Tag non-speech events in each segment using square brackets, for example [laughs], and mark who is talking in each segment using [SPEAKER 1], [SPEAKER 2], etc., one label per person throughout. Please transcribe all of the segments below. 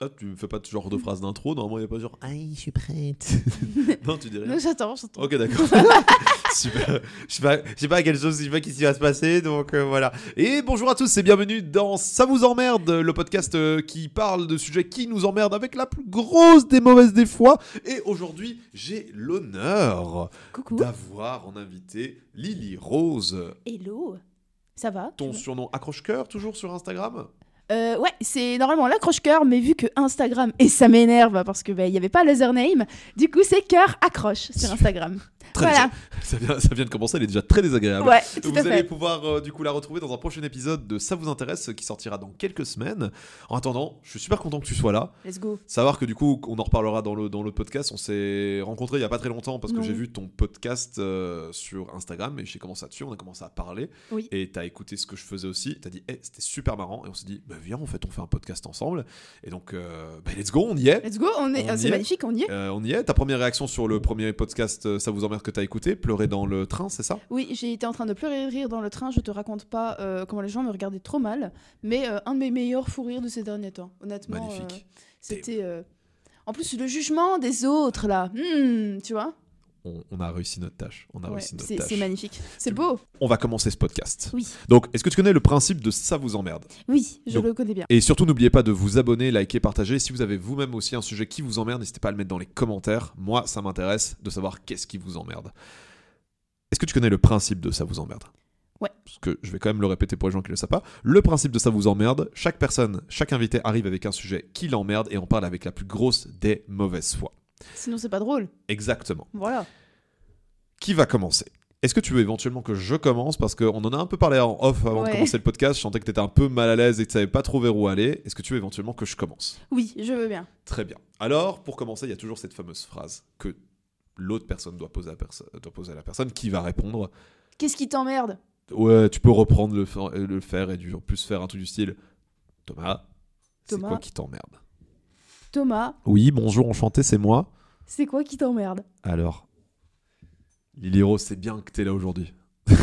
[SPEAKER 1] Là, Ah, tu me fais pas ce genre de phrase d'intro. Normalement, il n'y a pas genre Aïe, Ah, je suis prête. [laughs] non, tu dis rien.
[SPEAKER 2] Non, j'attends, j'attends.
[SPEAKER 1] Ok, d'accord. [laughs] Super. Je sais pas, je sais pas à quelle chose, je sais pas qu'est-ce qui va se passer, donc euh, voilà. Et bonjour à tous et bienvenue dans Ça vous emmerde, le podcast euh, qui parle de sujets qui nous emmerdent avec la plus grosse des mauvaises des fois. Et aujourd'hui, j'ai l'honneur
[SPEAKER 2] Coucou.
[SPEAKER 1] d'avoir en invité Lily Rose.
[SPEAKER 2] Hello. Ça va
[SPEAKER 1] Ton surnom accroche-cœur, toujours sur Instagram
[SPEAKER 2] Euh, Ouais, c'est normalement l'accroche-cœur, mais vu que Instagram, et ça m'énerve parce que bah, il n'y avait pas username, du coup c'est cœur accroche sur Instagram.
[SPEAKER 1] Très
[SPEAKER 2] voilà.
[SPEAKER 1] désag- ça vient, ça vient de commencer, elle est déjà très désagréable.
[SPEAKER 2] Ouais, tout
[SPEAKER 1] Vous
[SPEAKER 2] à
[SPEAKER 1] allez
[SPEAKER 2] fait.
[SPEAKER 1] pouvoir euh, du coup la retrouver dans un prochain épisode de Ça vous intéresse qui sortira dans quelques semaines. En attendant, je suis super content que tu sois là.
[SPEAKER 2] Let's go.
[SPEAKER 1] Savoir que du coup, on en reparlera dans le, dans le podcast. On s'est rencontrés il y a pas très longtemps parce que
[SPEAKER 2] Non.
[SPEAKER 1] j'ai vu ton podcast euh, sur Instagram et j'ai commencé à dessus. On a commencé à parler
[SPEAKER 2] Oui.
[SPEAKER 1] et t'as écouté ce que je faisais aussi. T'as dit, Eh, c'était super marrant. Et on s'est dit, bah, viens, en fait, on fait un podcast ensemble. Et donc, euh, bah, let's go, on y est.
[SPEAKER 2] Let's go, on est,
[SPEAKER 1] On
[SPEAKER 2] ah,
[SPEAKER 1] y
[SPEAKER 2] c'est
[SPEAKER 1] est
[SPEAKER 2] magnifique, on y est.
[SPEAKER 1] Euh, on y est. Ta première réaction sur le premier podcast, euh, ça vous emmerde que t'as écouté Pleurer dans le train, c'est ça
[SPEAKER 2] Oui, j'ai été en train de pleurer de rire dans le train, je te raconte pas euh, comment les gens me regardaient trop mal, mais euh, un de mes meilleurs fous rires de ces derniers temps, honnêtement.
[SPEAKER 1] Magnifique.
[SPEAKER 2] euh, C'était... euh, En plus, le jugement des autres, là, Hmm, tu vois
[SPEAKER 1] On, on a réussi notre tâche. On a
[SPEAKER 2] Ouais,
[SPEAKER 1] réussi notre
[SPEAKER 2] C'est
[SPEAKER 1] tâche.
[SPEAKER 2] c'est magnifique, c'est
[SPEAKER 1] Tu-
[SPEAKER 2] beau.
[SPEAKER 1] On va commencer ce podcast.
[SPEAKER 2] Oui,
[SPEAKER 1] Donc, est-ce que tu connais le principe de ça vous emmerde
[SPEAKER 2] oui, je
[SPEAKER 1] Donc-
[SPEAKER 2] le connais bien.
[SPEAKER 1] Et surtout, n'oubliez pas de vous abonner, liker, partager. Si vous avez vous-même aussi un sujet qui vous emmerde, n'hésitez pas à le mettre dans les commentaires. Moi, ça m'intéresse de savoir qu'est-ce qui vous emmerde. Est-ce que tu connais le principe de ça vous emmerde
[SPEAKER 2] Ouais.
[SPEAKER 1] Parce que je vais quand même le répéter pour les gens qui ne le savent pas. Le principe de ça vous emmerde, chaque personne, chaque invité arrive avec un sujet qui l'emmerde et en parle avec la plus grosse des mauvaises fois.
[SPEAKER 2] Sinon, c'est pas drôle.
[SPEAKER 1] Exactement.
[SPEAKER 2] Voilà.
[SPEAKER 1] Qui va commencer est-ce que tu veux éventuellement que je commence Parce qu'on en a un peu parlé en off avant de
[SPEAKER 2] Ouais.
[SPEAKER 1] commencer le podcast. Je sentais que tu étais un peu mal à l'aise et que tu savais pas trop vers où aller. Est-ce que tu veux éventuellement que je commence
[SPEAKER 2] Oui, je veux bien.
[SPEAKER 1] Très bien. Alors, pour commencer, il y a toujours cette fameuse phrase que l'autre personne doit poser, à perso- doit poser à la personne qui va répondre.
[SPEAKER 2] Qu'est-ce qui t'emmerde
[SPEAKER 1] Ouais, tu peux reprendre le, fa- le faire et du, en plus faire un truc du style Thomas, c'est
[SPEAKER 2] Thomas.
[SPEAKER 1] quoi qui t'emmerde
[SPEAKER 2] Thomas,
[SPEAKER 1] Oui, bonjour, enchanté, c'est moi.
[SPEAKER 2] c'est quoi qui t'emmerde
[SPEAKER 1] Alors, Lily Rose, c'est bien que t'es là aujourd'hui. [laughs] tu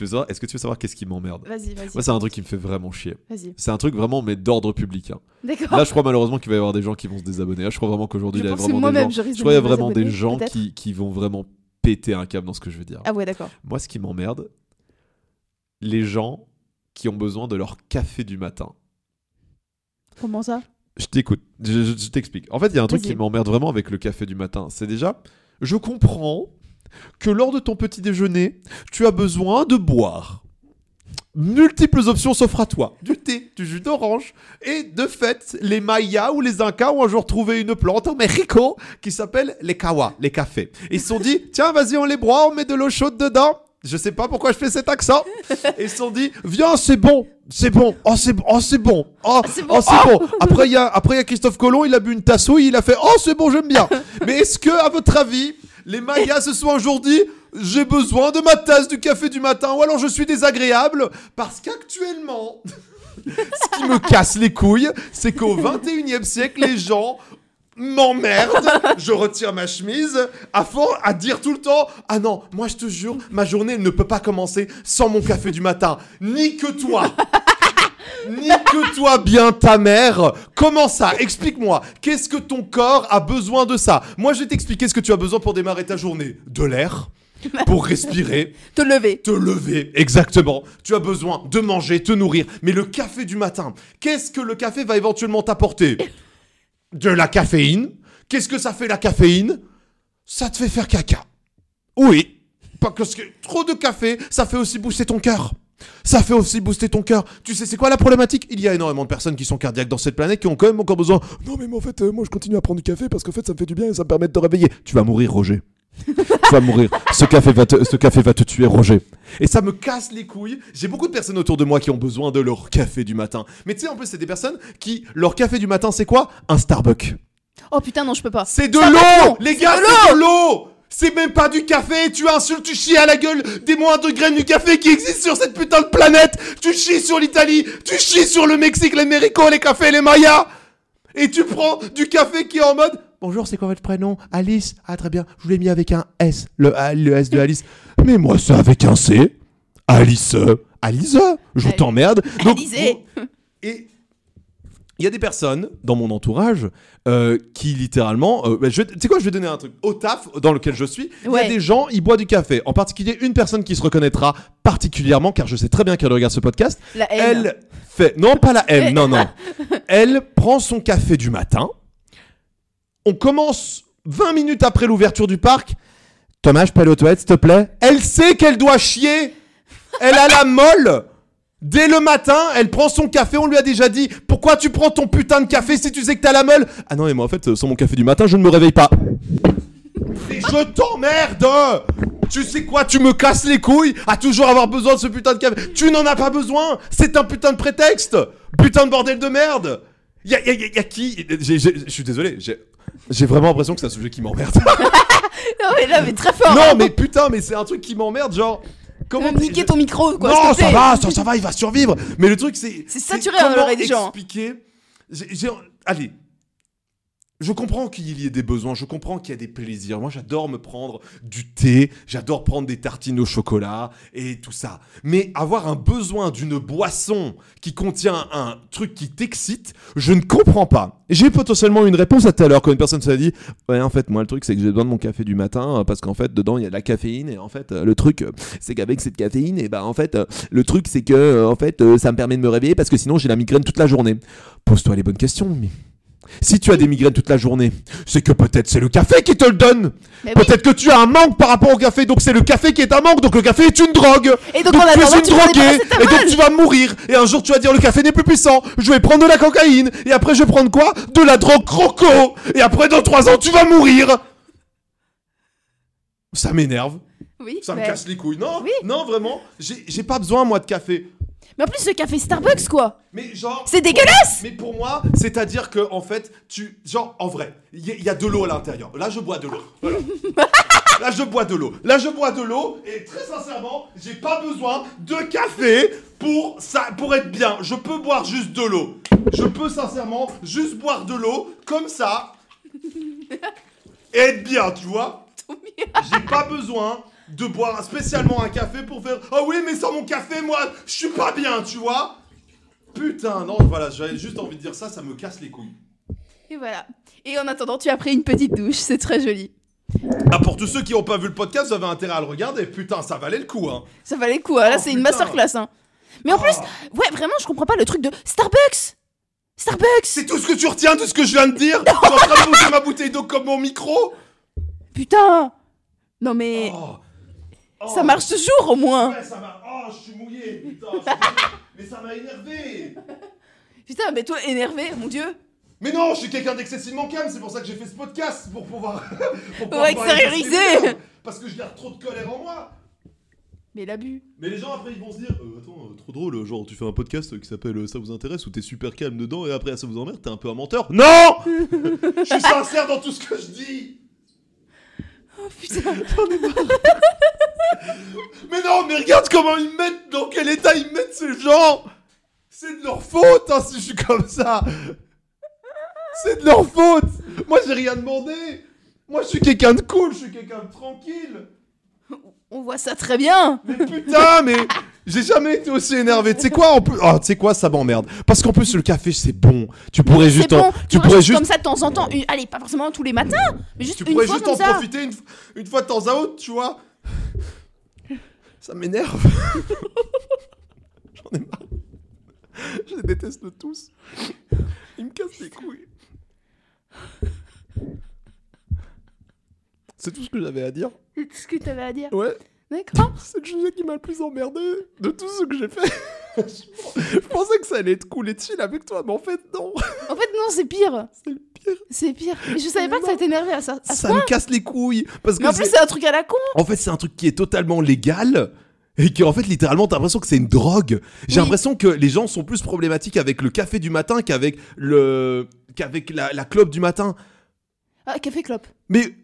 [SPEAKER 1] veux savoir Est-ce que tu veux savoir qu'est-ce qui m'emmerde
[SPEAKER 2] Vas-y, vas-y.
[SPEAKER 1] Moi, c'est un truc qui me fait vraiment chier.
[SPEAKER 2] Vas-y.
[SPEAKER 1] C'est un truc vraiment, mais d'ordre public. hein.
[SPEAKER 2] D'accord.
[SPEAKER 1] Là, je crois malheureusement qu'il va y avoir des gens qui vont se désabonner. Là, je crois vraiment qu'aujourd'hui,
[SPEAKER 2] Ah. Je
[SPEAKER 1] il y a
[SPEAKER 2] pense que
[SPEAKER 1] vraiment des gens
[SPEAKER 2] moi-même, je risque
[SPEAKER 1] Je crois qu'il y a
[SPEAKER 2] de me
[SPEAKER 1] vraiment des
[SPEAKER 2] désabonner,
[SPEAKER 1] gens
[SPEAKER 2] peut-être.
[SPEAKER 1] qui, qui vont vraiment péter un câble dans ce que je veux dire.
[SPEAKER 2] Ah ouais, d'accord.
[SPEAKER 1] Moi, ce qui m'emmerde, les gens qui ont besoin de leur café du matin.
[SPEAKER 2] Comment ça
[SPEAKER 1] Je t'écoute, je, je- je t'explique. En fait, il y a un truc
[SPEAKER 2] Vas-y.
[SPEAKER 1] qui m'emmerde vraiment avec le café du matin. C'est déjà, je comprends que lors de ton petit déjeuner, tu as besoin de boire. Multiples options s'offrent à toi. Du thé, du jus d'orange. Et de fait, les Mayas ou les Incas ont un jour trouvé une plante au Mexico qui s'appelle les kawa, les cafés. Ils se sont dit, tiens, vas-y, on les broie, on met de l'eau chaude dedans. Je sais pas pourquoi je fais cet accent. Et [laughs] Ils se sont dit, viens, c'est bon, c'est bon, oh, c'est bon, oh, c'est bon, oh,
[SPEAKER 2] Ah, c'est bon.
[SPEAKER 1] oh, c'est bon.
[SPEAKER 2] [laughs]
[SPEAKER 1] Après, il y, a- après, il y a Christophe Colomb, il a bu une tassouille, il a fait, oh, c'est bon, j'aime bien.
[SPEAKER 2] [laughs]
[SPEAKER 1] Mais est-ce que, à votre avis, les Mayas se sont un jour dit, j'ai besoin de ma tasse du café du matin, ou alors je suis désagréable, parce qu'actuellement, [laughs] ce qui me casse les couilles, c'est qu'au 21e siècle, les gens m'emmerdent, [laughs] je retire ma chemise, à fond, à dire tout le temps, ah non, moi je te jure, ma journée ne peut pas commencer sans mon café du matin. Ni que toi [laughs] Nique-toi bien ta mère Comment ça Explique-moi. Qu'est-ce que ton corps a besoin de ça Moi, je vais t'expliquer ce que tu as besoin pour démarrer ta journée. De l'air, pour respirer,
[SPEAKER 2] Te lever.
[SPEAKER 1] te lever, exactement. Tu as besoin de manger, te nourrir. Mais le café du matin, qu'est-ce que le café va éventuellement t'apporter De la caféine. Qu'est-ce que ça fait la caféine Ça te fait faire caca. Oui. Parce que trop de café, ça fait aussi booster ton cœur. Ça fait aussi booster ton cœur. Tu sais, c'est quoi la problématique Il y a énormément de personnes qui sont cardiaques dans cette planète qui ont quand même encore besoin. Non, mais moi, en fait, euh, moi, je continue à prendre du café parce qu'en fait, ça me fait du bien et ça me permet de te réveiller. Tu vas mourir, Roger. tu vas mourir. Ce café va te, ce café va te tuer, Roger. Et ça me casse les couilles. J'ai beaucoup de personnes autour de moi qui ont besoin de leur café du matin. Mais tu sais, en plus, c'est des personnes qui, leur café du matin, c'est quoi Un Starbucks.
[SPEAKER 2] Oh putain, non, je peux pas.
[SPEAKER 1] C'est de
[SPEAKER 2] Ça va,
[SPEAKER 1] l'eau
[SPEAKER 2] non,
[SPEAKER 1] Les gars, c'est de l'eau C'est même pas du café Tu insultes, tu chies à la gueule des moins de graines du café qui existent sur cette putain de planète Tu chies sur l'Italie Tu chies sur le Mexique, les Méricains, les cafés, les Mayas Et tu prends du café qui est en mode... Bonjour, c'est quoi votre prénom Alice Ah très bien, je vous l'ai mis avec un S, le, A- le S de Alice. Mais moi c'est avec un C. Alice. Alice, je
[SPEAKER 2] Ali-
[SPEAKER 1] t'emmerde. Donc,
[SPEAKER 2] Alizé.
[SPEAKER 1] et Il y a des personnes dans mon entourage euh, qui littéralement. euh, bah, je vais- tu sais quoi, je vais donner un truc. Au taf dans lequel je suis, il y a
[SPEAKER 2] Ouais.
[SPEAKER 1] des gens, ils boivent du café. En particulier, une personne qui se reconnaîtra particulièrement, car je sais très bien qu'elle regarde ce podcast.
[SPEAKER 2] La haine.
[SPEAKER 1] Elle fait. Non, pas la haine,
[SPEAKER 2] Et-
[SPEAKER 1] non, non. Elle prend son café du matin. On commence 20 minutes après l'ouverture du parc. Thomas, je peux aller aux toilettes, s'il te plaît Elle sait qu'elle doit chier Elle a la molle Dès le matin, elle prend son café, on lui a déjà dit Pourquoi tu prends ton putain de café si tu sais que t'as la molle Ah non, mais moi en fait, euh, sans mon café du matin, je ne me réveille pas. Mais je t'emmerde Tu sais quoi, tu me casses les couilles à toujours avoir besoin de ce putain de café. Tu n'en as pas besoin C'est un putain de prétexte Putain de bordel de merde Y'a y a, y a- y a qui J'ai- j'ai- Je suis désolé, j'ai j'ai vraiment l'impression que c'est un sujet qui m'emmerde. [laughs]
[SPEAKER 2] [laughs] Non, mais là, mais très fort.
[SPEAKER 1] Non, mais putain, mais c'est un truc qui m'emmerde, genre. Comment
[SPEAKER 2] Même niquer ton micro, quoi.
[SPEAKER 1] Non,
[SPEAKER 2] s'il te
[SPEAKER 1] ça
[SPEAKER 2] plaît.
[SPEAKER 1] va, ça, ça va, il va survivre. Mais le truc, c'est.
[SPEAKER 2] C'est saturé
[SPEAKER 1] c'est
[SPEAKER 2] dans
[SPEAKER 1] comment
[SPEAKER 2] l'oreille des gens.
[SPEAKER 1] Expliquer. J'ai- j'ai- Allez. Je comprends qu'il y ait des besoins, je comprends qu'il y a des plaisirs. Moi, j'adore me prendre du thé, j'adore prendre des tartines au chocolat et tout ça. Mais avoir un besoin d'une boisson qui contient un truc qui t'excite, je ne comprends pas. J'ai potentiellement une réponse à tout à l'heure quand une personne se dit Ouais, en fait, moi, le truc, c'est que j'ai besoin de mon café du matin euh, parce qu'en fait, dedans, il y a de la caféine. Et en fait, euh, le truc, euh, c'est qu'avec cette caféine, et ben en fait, euh, le truc, c'est que euh, en fait, euh, ça me permet de me réveiller parce que sinon, j'ai la migraine toute la journée. Pose-toi les bonnes questions, mais. Si tu as des migraines toute la journée, c'est que peut-être c'est le café qui te le donne.
[SPEAKER 2] Mais oui.
[SPEAKER 1] Peut-être que tu as un manque par rapport au café, donc c'est le café qui est un manque, donc le café est une drogue.
[SPEAKER 2] Et donc, en
[SPEAKER 1] tu
[SPEAKER 2] attendant,
[SPEAKER 1] es une
[SPEAKER 2] tu vas
[SPEAKER 1] droguée,
[SPEAKER 2] débarrasser ta
[SPEAKER 1] et donc tu vas mourir. Et un jour tu vas dire le café n'est plus puissant, je vais prendre de la cocaïne, et après je vais prendre quoi De la drogue croco. Et après dans trois ans tu vas mourir. Ça m'énerve,
[SPEAKER 2] Oui,
[SPEAKER 1] ça me
[SPEAKER 2] mais-
[SPEAKER 1] casse les couilles. Non,
[SPEAKER 2] Oui.
[SPEAKER 1] non vraiment, j'ai j'ai pas besoin moi de café.
[SPEAKER 2] Mais en plus, le café Starbucks, quoi.
[SPEAKER 1] Mais genre,
[SPEAKER 2] C'est dégueulasse
[SPEAKER 1] mais pour moi, c'est-à-dire que en fait, tu genre en vrai, il y, a- il y a de l'eau à l'intérieur. Là, je bois de l'eau. Voilà. Là, je bois de l'eau. Là, je bois de l'eau et très sincèrement, j'ai pas besoin de café pour ça pour être bien. Je peux boire juste de l'eau. Je peux sincèrement juste boire de l'eau comme ça et être bien, tu vois J'ai pas besoin de boire spécialement un café pour faire "Ah oui, mais sans mon café, moi, je suis pas bien", tu vois Putain, non, voilà, j'avais juste envie de dire ça, ça me casse les couilles.
[SPEAKER 2] Et voilà. Et en attendant, tu as pris une petite douche. C'est très joli.
[SPEAKER 1] Ah, pour tous ceux qui n'ont pas vu le podcast, vous avez intérêt à le regarder. Putain, ça valait le coup, hein.
[SPEAKER 2] Ça valait le coup. hein. Là,
[SPEAKER 1] Oh,
[SPEAKER 2] c'est une
[SPEAKER 1] putain.
[SPEAKER 2] masterclass. Hein. Mais en plus,
[SPEAKER 1] Ah.
[SPEAKER 2] ouais, vraiment, je comprends pas le truc de Starbucks Starbucks
[SPEAKER 1] C'est tout ce que tu retiens de ce que je viens de dire Je suis en train de poser ma bouteille d'eau comme mon micro
[SPEAKER 2] Putain Non, mais
[SPEAKER 1] Oh. Oh.
[SPEAKER 2] ça marche toujours au moins.
[SPEAKER 1] Ouais, ça m'a. Oh, je suis mouillé, putain. je suis mouillé. Mais ça m'a énervé
[SPEAKER 2] Putain, mais toi, énervé, mon dieu.
[SPEAKER 1] Mais non, je suis quelqu'un d'excessivement calme, c'est pour ça que j'ai fait ce podcast, pour pouvoir. [laughs] pour parler
[SPEAKER 2] Ouais,
[SPEAKER 1] de ce qui
[SPEAKER 2] extérioriser.
[SPEAKER 1] m'énerve, Parce que je garde trop de colère en moi
[SPEAKER 2] Mais l'abus.
[SPEAKER 1] Mais les gens après ils vont se dire euh, attends euh, trop drôle genre tu fais un podcast euh, qui s'appelle euh, ça vous intéresse où t'es super calme dedans et après ça vous emmerde t'es un peu un menteur non [laughs] je suis sincère dans tout ce que je dis
[SPEAKER 2] Oh putain.
[SPEAKER 1] mais non mais regarde comment ils me mettent dans quel état ils me mettent ces gens c'est de leur faute hein, si je suis comme ça c'est de leur faute moi j'ai rien demandé moi je suis quelqu'un de cool je suis quelqu'un de tranquille
[SPEAKER 2] On voit ça très bien.
[SPEAKER 1] Mais putain, mais j'ai jamais été aussi énervé. Tu sais quoi en plus- Ah, tu sais quoi, ça m'emmerde. Parce qu'en plus le café c'est bon. Tu pourrais
[SPEAKER 2] C'est
[SPEAKER 1] juste,
[SPEAKER 2] bon.
[SPEAKER 1] en... tu pourrais juste,
[SPEAKER 2] comme ça de temps en temps. Une- Allez, pas forcément tous les matins, mais juste
[SPEAKER 1] tu
[SPEAKER 2] une
[SPEAKER 1] pourrais
[SPEAKER 2] fois
[SPEAKER 1] juste en
[SPEAKER 2] comme ça.
[SPEAKER 1] profiter une... f- une fois de temps à autre, tu vois. Ça m'énerve. [laughs] J'en ai marre. Je les déteste tous. Ils me cassent les couilles. C'est tout ce que j'avais à dire.
[SPEAKER 2] C'est ce que t'avais à dire.
[SPEAKER 1] Ouais.
[SPEAKER 2] D'accord.
[SPEAKER 1] C'est le sujet qui m'a le plus emmerdé de tout ce que j'ai fait. [laughs] je pensais que ça allait être cool et chill avec toi, mais en fait, non.
[SPEAKER 2] En fait, non, c'est pire.
[SPEAKER 1] C'est le pire.
[SPEAKER 2] C'est pire. Mais je savais pas que ça t'énervait à ça. à ce
[SPEAKER 1] Ça me casse les couilles. Parce que
[SPEAKER 2] Mais en
[SPEAKER 1] c'est-
[SPEAKER 2] plus, c'est un truc à la con.
[SPEAKER 1] en fait, c'est un truc qui est totalement légal. Et qui en fait littéralement t'as l'impression que c'est une drogue. J'ai
[SPEAKER 2] Oui.
[SPEAKER 1] l'impression que les gens sont plus problématiques avec le café du matin qu'avec le qu'avec la, la clope du matin.
[SPEAKER 2] Ah, café clope.
[SPEAKER 1] Mais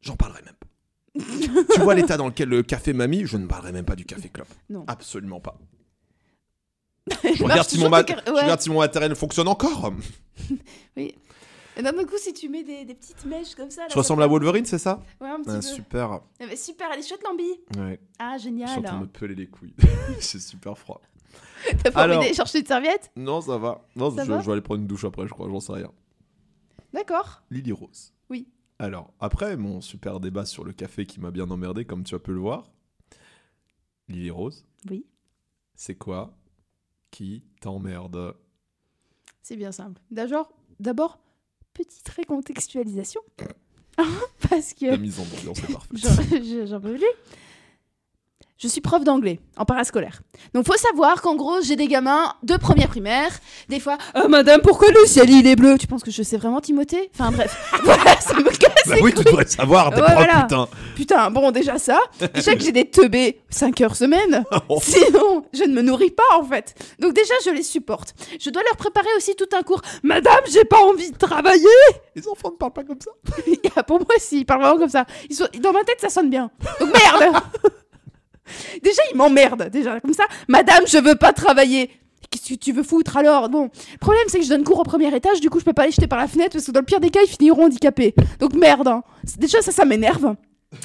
[SPEAKER 1] j'en parlerai même pas. tu vois l'état dans lequel le café m'a mis, je ne parlerai même pas du café clope.
[SPEAKER 2] Non.
[SPEAKER 1] Absolument pas.
[SPEAKER 2] Il [laughs]
[SPEAKER 1] Je
[SPEAKER 2] marche
[SPEAKER 1] regarde, si mon
[SPEAKER 2] toujours
[SPEAKER 1] mat-
[SPEAKER 2] tes car-
[SPEAKER 1] je
[SPEAKER 2] ouais.
[SPEAKER 1] regarde si mon matériel fonctionne encore.
[SPEAKER 2] Et d'un autre coup, si tu mets des, des petites mèches comme ça. là,
[SPEAKER 1] Je
[SPEAKER 2] Ah, ça
[SPEAKER 1] ressemble à
[SPEAKER 2] fait-
[SPEAKER 1] Wolverine, c'est ça
[SPEAKER 2] Ouais, un petit
[SPEAKER 1] Ah,
[SPEAKER 2] peu.
[SPEAKER 1] Super.
[SPEAKER 2] Ah, bah, super, allez, chouette l'ambi.
[SPEAKER 1] Ouais.
[SPEAKER 2] Ah,
[SPEAKER 1] Je suis en
[SPEAKER 2] génial. [laughs]
[SPEAKER 1] train de me peler les couilles. [laughs] C'est super froid.
[SPEAKER 2] T'as pas
[SPEAKER 1] Alors-
[SPEAKER 2] envie d'aller chercher une serviette
[SPEAKER 1] Non, ça va. Non,
[SPEAKER 2] Ça
[SPEAKER 1] je,
[SPEAKER 2] va
[SPEAKER 1] je vais aller prendre une douche après, je crois, j'en sais rien.
[SPEAKER 2] D'accord.
[SPEAKER 1] Lily Rose.
[SPEAKER 2] Oui.
[SPEAKER 1] Alors, après mon super débat sur le café qui m'a bien emmerdé, comme tu as pu le voir, Lily Rose,
[SPEAKER 2] Oui.
[SPEAKER 1] c'est quoi qui t'emmerde
[SPEAKER 2] C'est bien simple. D'abord, d'abord, petite [laughs] récontextualisation. Parce que
[SPEAKER 1] La mise en ambiance est parfaite.
[SPEAKER 2] [laughs] j'en Euh. je- j'en peux plus. Je suis prof d'anglais en parascolaire. Donc faut savoir qu'en gros, j'ai des gamins de première primaire. Des fois, Ah, madame, pourquoi le ciel il est bleu Tu penses que je sais vraiment Timothée Enfin bref, [laughs] voilà, ça me casse
[SPEAKER 1] Bah
[SPEAKER 2] les
[SPEAKER 1] oui, tu
[SPEAKER 2] couilles.
[SPEAKER 1] devrais savoir, t'es
[SPEAKER 2] Ouais,
[SPEAKER 1] propre,
[SPEAKER 2] voilà.
[SPEAKER 1] putain.
[SPEAKER 2] Putain, bon, déjà ça. Déjà que j'ai des teubés 5 heures semaine. Sinon, je ne me nourris pas, en fait. Donc déjà, je les supporte. Je dois leur préparer aussi tout un cours. Madame, j'ai pas envie de travailler.
[SPEAKER 1] Les enfants ne parlent pas comme ça.
[SPEAKER 2] Et [laughs] Pour moi, si, ils parlent vraiment comme ça. Ils sont... Dans ma tête, ça sonne bien. Donc merde [laughs] Déjà, ils m'emmerdent, déjà, comme ça. Madame, je veux pas travailler. Qu'est-ce que tu veux foutre alors Bon, le problème c'est que je donne cours au premier étage, du coup je peux pas les jeter par la fenêtre parce que dans le pire des cas ils finiront handicapés. Donc merde, hein. C'est- déjà ça, ça m'énerve.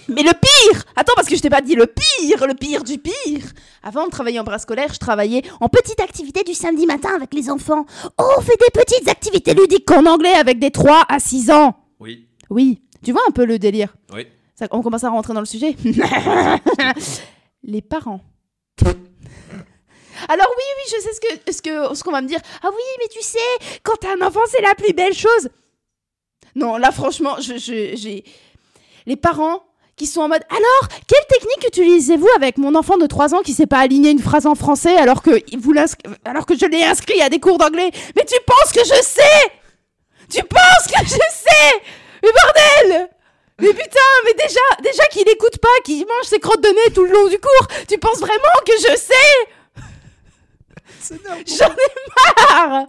[SPEAKER 2] Mais le pire Attends, parce que je t'ai pas dit le pire, le pire du pire Avant de travailler en bras scolaire, je travaillais en petite activité du samedi matin avec les enfants. Oh, on fait des petites activités ludiques en anglais avec des 3 à 6 ans
[SPEAKER 1] Oui,
[SPEAKER 2] oui, tu vois un peu le délire.
[SPEAKER 1] oui.
[SPEAKER 2] Ça- on commence à rentrer dans le sujet. Les parents. Alors oui, oui, je sais ce que ce que ce qu'on va me dire. Ah oui, mais tu sais, quand t'as un enfant, c'est la plus belle chose. Non, là franchement, je je- j'ai les parents qui sont en mode alors quelle technique utilisez-vous avec mon enfant de 3 ans qui sait pas aligner une phrase en français alors que il vous l'inscri- alors que je l'ai inscrit à des cours d'anglais mais tu penses que je sais tu penses que je sais mais bordel mais putain mais déjà déjà qu'il n'écoute pas qu'il mange ses crottes de nez tout le long du cours tu penses vraiment que je sais J'en ai marre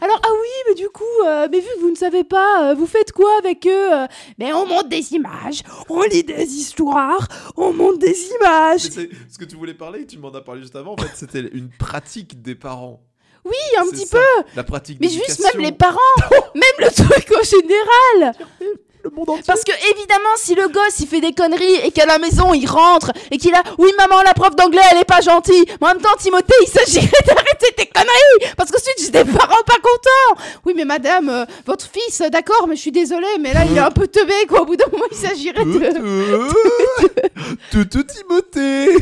[SPEAKER 2] Alors, ah oui, mais du coup, euh, mais vu que vous ne savez pas, euh, vous faites quoi avec eux euh Mais on monte des images, on lit des histoires, on monte des images
[SPEAKER 1] Mais c'est- Ce que tu voulais parler, tu m'en as parlé juste avant, en fait, c'était une pratique des parents.
[SPEAKER 2] Oui, un
[SPEAKER 1] C'est
[SPEAKER 2] petit
[SPEAKER 1] ça,
[SPEAKER 2] peu
[SPEAKER 1] La pratique
[SPEAKER 2] Mais juste
[SPEAKER 1] d'éducation.
[SPEAKER 2] même les parents
[SPEAKER 1] [laughs]
[SPEAKER 2] Même le truc en général
[SPEAKER 1] Le monde entier.
[SPEAKER 2] Parce que évidemment, si le gosse il fait des conneries et qu'à la maison il rentre et qu'il a oui maman la prof d'anglais elle est pas gentille, mais en même temps Timothée il s'agirait [laughs] d'arrêter tes conneries parce qu'ensuite j'ai des parents pas contents. Oui mais madame, euh, votre fils euh, d'accord mais je suis désolée mais là il est un peu teubé quoi. Au bout d'un moment il s'agirait de
[SPEAKER 1] Tout te Timothée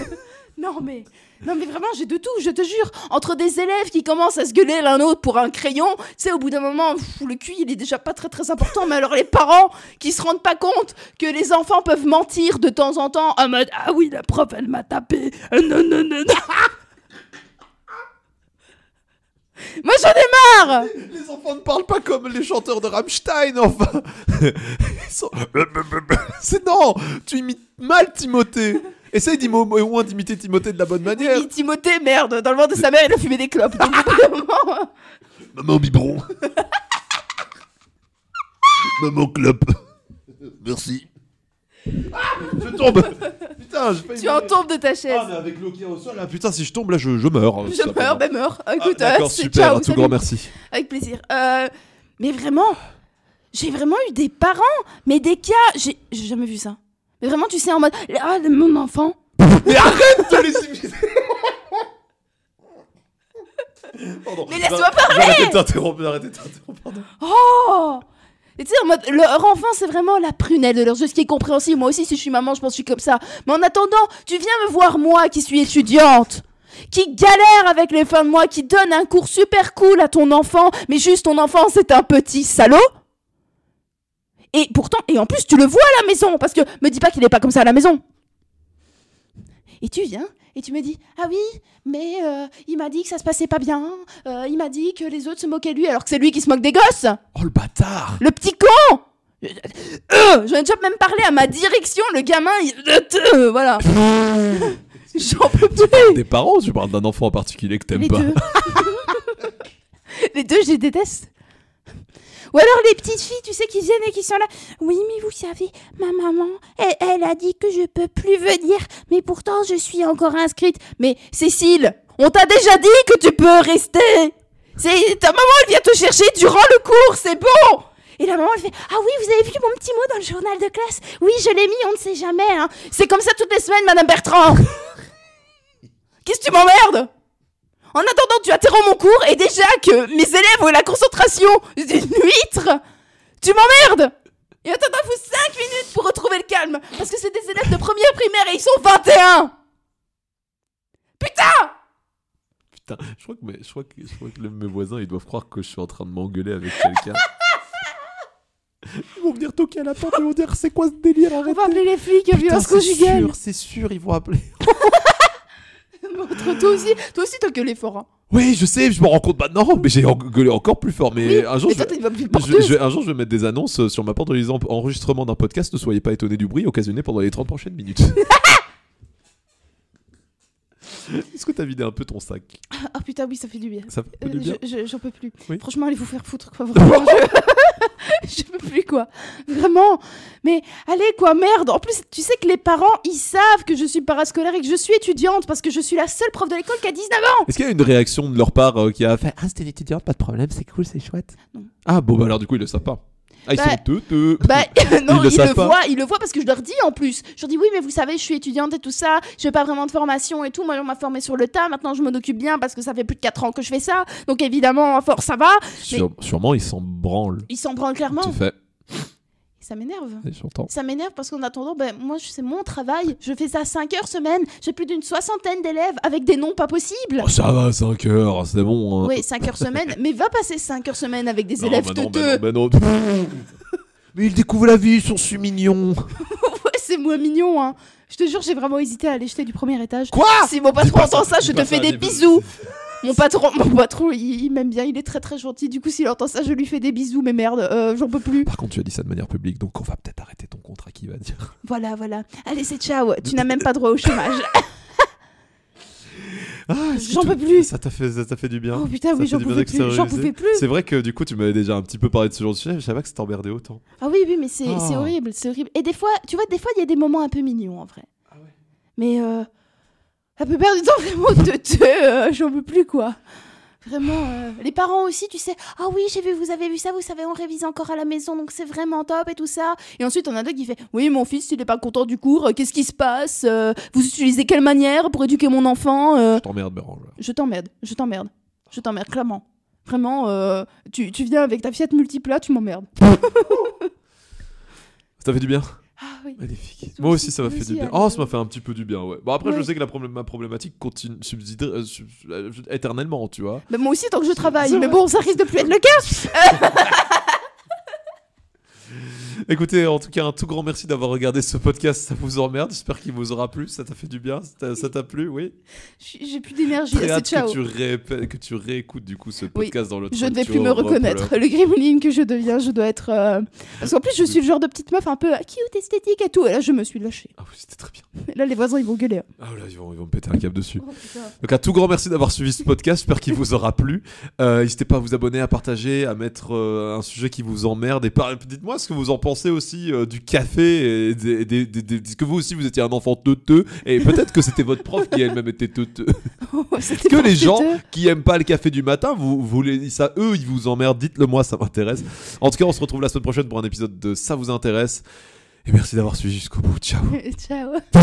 [SPEAKER 2] non mais non mais vraiment j'ai de tout je te jure entre des élèves qui commencent à se gueuler l'un l'autre pour un crayon, tu sais au bout d'un moment pff, le QI il est déjà pas très très important mais alors les parents qui se rendent pas compte que les enfants peuvent mentir de temps en temps en mode ah oui la prof elle m'a tapé Ah, non non non [laughs] non moi j'en ai marre
[SPEAKER 1] Les enfants ne parlent pas comme les chanteurs de Rammstein, enfin Ils sont- C'est non Tu imites mal Timothée Essaye d'imo- au moins d'imiter Timothée de la bonne manière
[SPEAKER 2] Oui, Timothée merde dans le ventre de sa mère il a fumé des clopes donc [laughs] au bout d'un moment
[SPEAKER 1] Maman biberon Maman clope Merci Je tombe Putain, j'ai failli
[SPEAKER 2] tu en
[SPEAKER 1] mourir.
[SPEAKER 2] tombes de ta chaise
[SPEAKER 1] Ah, mais avec l'eau qui est au sol, là, putain, si je tombe, là, je, je meurs. tout
[SPEAKER 2] je
[SPEAKER 1] simplement.
[SPEAKER 2] meurs ben meurs écoute
[SPEAKER 1] Ah,
[SPEAKER 2] euh,
[SPEAKER 1] D'accord,
[SPEAKER 2] c'est
[SPEAKER 1] super,
[SPEAKER 2] ciao,
[SPEAKER 1] un tout
[SPEAKER 2] salut.
[SPEAKER 1] grand
[SPEAKER 2] [laughs]
[SPEAKER 1] merci.
[SPEAKER 2] Avec plaisir. Euh, mais vraiment, j'ai vraiment eu des parents, mais des cas, j'ai j'ai jamais vu ça. Mais vraiment, tu sais, en mode, ah, mon enfant.
[SPEAKER 1] Mais arrête de les imiter Pardon.
[SPEAKER 2] Mais laisse-moi parler
[SPEAKER 1] Arrêtez de t'interrompre, arrêtez de t'interrompre, pardon.
[SPEAKER 2] Oh Et tu sais, en mode, leur enfant, c'est vraiment la prunelle de leur jeu, ce qui est compréhensible. Moi aussi, si je suis maman, je pense que je suis comme ça. Mais en attendant, tu viens me voir, moi, qui suis étudiante qui galère avec les fins de mois, qui donne un cours super cool à ton enfant, mais juste ton enfant c'est un petit salaud. Et pourtant, et en plus tu le vois à la maison, parce que me dis pas qu'il est pas comme ça à la maison. Et tu viens et tu me dis ah oui mais euh, il m'a dit que ça se passait pas bien, euh, il m'a dit que les autres se moquaient de lui alors que c'est lui qui se moque des gosses.
[SPEAKER 1] Oh le bâtard
[SPEAKER 2] Le petit con euh, J'en ai déjà même parlé à ma direction, le gamin, il... Euh, euh, voilà. J'en peux plus
[SPEAKER 1] Des parents, tu parles d'un enfant en particulier que t'aimes
[SPEAKER 2] Les
[SPEAKER 1] pas.
[SPEAKER 2] deux.
[SPEAKER 1] [laughs]
[SPEAKER 2] les deux, je les déteste. Ou alors les petites filles, tu sais, qui viennent et qui sont là. Oui, mais vous savez, ma maman, elle, elle a dit que je peux plus venir, mais pourtant je suis encore inscrite. Mais Cécile, on t'a déjà dit que tu peux rester. C'est ta maman, elle vient te chercher durant le cours, c'est bon. Et la maman, elle fait Ah oui, vous avez vu mon petit mot dans le journal de classe Oui, je l'ai mis, on ne sait jamais. hein.
[SPEAKER 1] [laughs]
[SPEAKER 2] C'est comme ça toutes les semaines, Madame Bertrand. Qu'est-ce que tu m'emmerdes En attendant, tu interromps mon cours et déjà que mes élèves ont la concentration d'une huître, tu m'emmerdes Et attends, il faut 5 minutes pour retrouver le calme parce que c'est des élèves de première primaire et ils sont 21 Putain
[SPEAKER 1] Putain, je crois, que mes, je, crois que, je crois que le- mes voisins, ils doivent croire que je suis en train de m'engueuler avec
[SPEAKER 2] [laughs]
[SPEAKER 1] quelqu'un. Ils vont venir toquer à la porte et vont dire c'est quoi ce délire
[SPEAKER 2] On
[SPEAKER 1] arrêtez.
[SPEAKER 2] va appeler les flics, violence [laughs] conjugale
[SPEAKER 1] c'est sûr, ils vont appeler.
[SPEAKER 2] Montre toi aussi, toi aussi t'as gueulé fort hein.
[SPEAKER 1] Oui, je sais, je me rends compte maintenant, mais j'ai engueulé encore plus fort. Mais
[SPEAKER 2] Oui,
[SPEAKER 1] un jour,
[SPEAKER 2] mais
[SPEAKER 1] je,
[SPEAKER 2] toi t'es une bonne petite
[SPEAKER 1] je-
[SPEAKER 2] porteuse
[SPEAKER 1] je- un jour, je vais mettre des annonces euh, sur ma porte en disant enregistrement d'un podcast. Ne soyez pas étonnés du bruit occasionné pendant les 30 prochaines
[SPEAKER 2] [laughs]
[SPEAKER 1] minutes. Est-ce que t'as vidé un peu ton sac
[SPEAKER 2] Ah putain oui ça fait du bien
[SPEAKER 1] Ça fait
[SPEAKER 2] Euh,
[SPEAKER 1] du bien.
[SPEAKER 2] je- je- J'en peux plus.
[SPEAKER 1] Oui.
[SPEAKER 2] Franchement, allez vous faire foutre,
[SPEAKER 1] [laughs]
[SPEAKER 2] quoi. Vraiment, [laughs] je... je peux plus, quoi. Vraiment. Mais allez, quoi, merde. En plus, tu sais que les parents, ils savent que je suis parascolaire et que je suis étudiante parce que je suis la seule prof de l'école qui a 19 ans.
[SPEAKER 1] Est-ce qu'il y a une réaction de leur part euh, qui a fait Ah, c'était une étudiante, pas de problème, c'est cool, c'est chouette
[SPEAKER 2] Non.
[SPEAKER 1] Ah, bon, bah alors du coup, ils le savent pas. Ah, ils
[SPEAKER 2] Bah,
[SPEAKER 1] sont deux,
[SPEAKER 2] [laughs]
[SPEAKER 1] deux.
[SPEAKER 2] Bah,
[SPEAKER 1] [laughs]
[SPEAKER 2] non,
[SPEAKER 1] Ils le
[SPEAKER 2] ils,
[SPEAKER 1] savent
[SPEAKER 2] le
[SPEAKER 1] pas.
[SPEAKER 2] voient, ils le voient parce que je leur dis en plus. Je leur dis, oui, mais vous savez, je suis étudiante et tout ça. Je fais pas vraiment de formation et tout. Moi, on m'a formée sur le tas. Maintenant, je m'en occupe bien parce que ça fait plus de 4 ans que je fais ça. Donc, évidemment, à force, ça va.
[SPEAKER 1] Sûre- Sûrement, ils s'en branlent.
[SPEAKER 2] Ils s'en branlent
[SPEAKER 1] Tout
[SPEAKER 2] clairement.
[SPEAKER 1] fait,
[SPEAKER 2] Ça m'énerve.
[SPEAKER 1] Et j'entends.
[SPEAKER 2] Ça m'énerve parce qu'en attendant, ben, moi, je- c'est mon travail. Je fais ça 5 heures semaine. J'ai plus d'une soixantaine d'élèves avec des noms pas possibles.
[SPEAKER 1] Oh, ça va, 5 heures, c'est bon. hein.
[SPEAKER 2] Oui, 5 heures semaine. Mais va passer 5 heures semaine avec des
[SPEAKER 1] Non,
[SPEAKER 2] élèves
[SPEAKER 1] bah
[SPEAKER 2] de
[SPEAKER 1] non, bah
[SPEAKER 2] deux.
[SPEAKER 1] non, bah non. [laughs] Mais ils découvrent la vie, ils sont si mignons.
[SPEAKER 2] Ouais, c'est moins mignon, hein. Je te jure, j'ai vraiment hésité à aller jeter du premier étage.
[SPEAKER 1] Quoi
[SPEAKER 2] si mon
[SPEAKER 1] Dis
[SPEAKER 2] patron
[SPEAKER 1] pas
[SPEAKER 2] entend ça, je
[SPEAKER 1] dis
[SPEAKER 2] te
[SPEAKER 1] pas
[SPEAKER 2] fais
[SPEAKER 1] ça,
[SPEAKER 2] des
[SPEAKER 1] dis pas-
[SPEAKER 2] bisous. Mon patron, mon patron, il, il m'aime bien, il est très très gentil. Du coup, s'il entend ça, je lui fais des bisous, mais merde, euh, j'en peux plus.
[SPEAKER 1] Par contre, tu as dit ça de manière publique, donc on va peut-être arrêter ton contrat qui va dire.
[SPEAKER 2] Voilà, voilà. Allez, c'est ciao. Tu n'as même pas droit au chômage.
[SPEAKER 1] Ah, est-ce que
[SPEAKER 2] J'en
[SPEAKER 1] tu-
[SPEAKER 2] peux plus.
[SPEAKER 1] Ça t'a fait, ça t'a fait du bien.
[SPEAKER 2] Oh putain,
[SPEAKER 1] Ça
[SPEAKER 2] oui,
[SPEAKER 1] fait
[SPEAKER 2] j'en
[SPEAKER 1] du bien
[SPEAKER 2] pouvais
[SPEAKER 1] que ça
[SPEAKER 2] plus. J'en
[SPEAKER 1] réussisse.
[SPEAKER 2] pouvais plus.
[SPEAKER 1] C'est vrai que du coup, tu m'avais déjà un petit peu parlé de ce genre de sujet, mais je savais pas que ça t'emmerdait autant.
[SPEAKER 2] Ah oui, oui, mais c'est
[SPEAKER 1] Ah.
[SPEAKER 2] c'est horrible, c'est horrible. Et des fois, tu vois, des fois, il y a des moments un peu mignons, en vrai. Mais euh, la plupart du temps, [laughs] vraiment, de, de, euh, j'en peux plus, quoi. Vraiment, euh, les parents aussi, tu sais, ah oui, j'ai vu, vous avez vu ça, vous savez, on révise encore à la maison, donc c'est vraiment top et tout ça. Et ensuite, on a deux qui fait, oui, mon fils, il est pas content du cours, euh, qu'est-ce qui se passe Euh, Vous utilisez quelle manière pour éduquer mon enfant Euh,
[SPEAKER 1] Je t'emmerde, Bérange.
[SPEAKER 2] je t'emmerde, je t'emmerde, je t'emmerde, clairement. Vraiment, euh, tu, tu viens avec ta Fiat Multipla, tu m'emmerdes.
[SPEAKER 1] Ça fait du bien.
[SPEAKER 2] Ah oui.
[SPEAKER 1] Magnifique.
[SPEAKER 2] Tout
[SPEAKER 1] Moi
[SPEAKER 2] aussi-
[SPEAKER 1] aussi, ça m'a
[SPEAKER 2] tout
[SPEAKER 1] fait
[SPEAKER 2] aussi
[SPEAKER 1] du bien.
[SPEAKER 2] agréable.
[SPEAKER 1] Oh, ça m'a fait un petit peu du bien, ouais. Bon, après, je
[SPEAKER 2] Ouais.
[SPEAKER 1] sais que la problé- ma problématique continue subsider- euh, sub- euh, éternellement, tu
[SPEAKER 2] [laughs]
[SPEAKER 1] vois.
[SPEAKER 2] Bah, moi aussi, tant que je travaille.
[SPEAKER 1] C'est
[SPEAKER 2] Mais
[SPEAKER 1] vrai.
[SPEAKER 2] bon, ça risque de plus être le cas.
[SPEAKER 1] Écoutez, en tout cas, un tout grand merci d'avoir regardé ce podcast. Ça vous emmerde. J'espère qu'il vous aura plu. Ça t'a fait du bien. Ça t'a- ça t'a plu, oui.
[SPEAKER 2] J'ai j'ai plus d'énergie.
[SPEAKER 1] Très
[SPEAKER 2] C'est
[SPEAKER 1] hâte
[SPEAKER 2] ciao.
[SPEAKER 1] que tu, répè- que tu réécoutes du coup ce podcast dans le
[SPEAKER 2] Je ne vais plus me reconnaître. Le gremlin que je deviens, je dois être. euh, Parce qu'en plus, je suis le genre de petite meuf un peu euh, cute, esthétique et tout. Et là, je me suis lâchée.
[SPEAKER 1] Ah oui, c'était très bien.
[SPEAKER 2] Là, les voisins, ils vont gueuler. hein.
[SPEAKER 1] Ah là, ils vont, ils vont me péter un câble dessus. Donc un tout grand merci d'avoir suivi ce podcast, j'espère qu'il vous aura plu. Euh, N'hésitez pas à vous abonner, à partager, à mettre euh, un sujet qui vous emmerde et par- dites-moi ce que vous en pensez aussi euh, du café et des, des- des- des- est-ce que vous aussi vous étiez un enfant teuteux et peut-être que c'était votre prof qui elle-même était teuteux.
[SPEAKER 2] [laughs] C'était
[SPEAKER 1] Que
[SPEAKER 2] pas
[SPEAKER 1] les gens
[SPEAKER 2] [laughs] honteux.
[SPEAKER 1] qui aiment pas le café du matin, vous voulez ça eux, ils vous emmerdent, dites-le moi, ça m'intéresse. En tout cas, on se retrouve la semaine prochaine pour un épisode de ça vous intéresse. Et merci d'avoir suivi jusqu'au bout. Ciao.
[SPEAKER 2] ciao.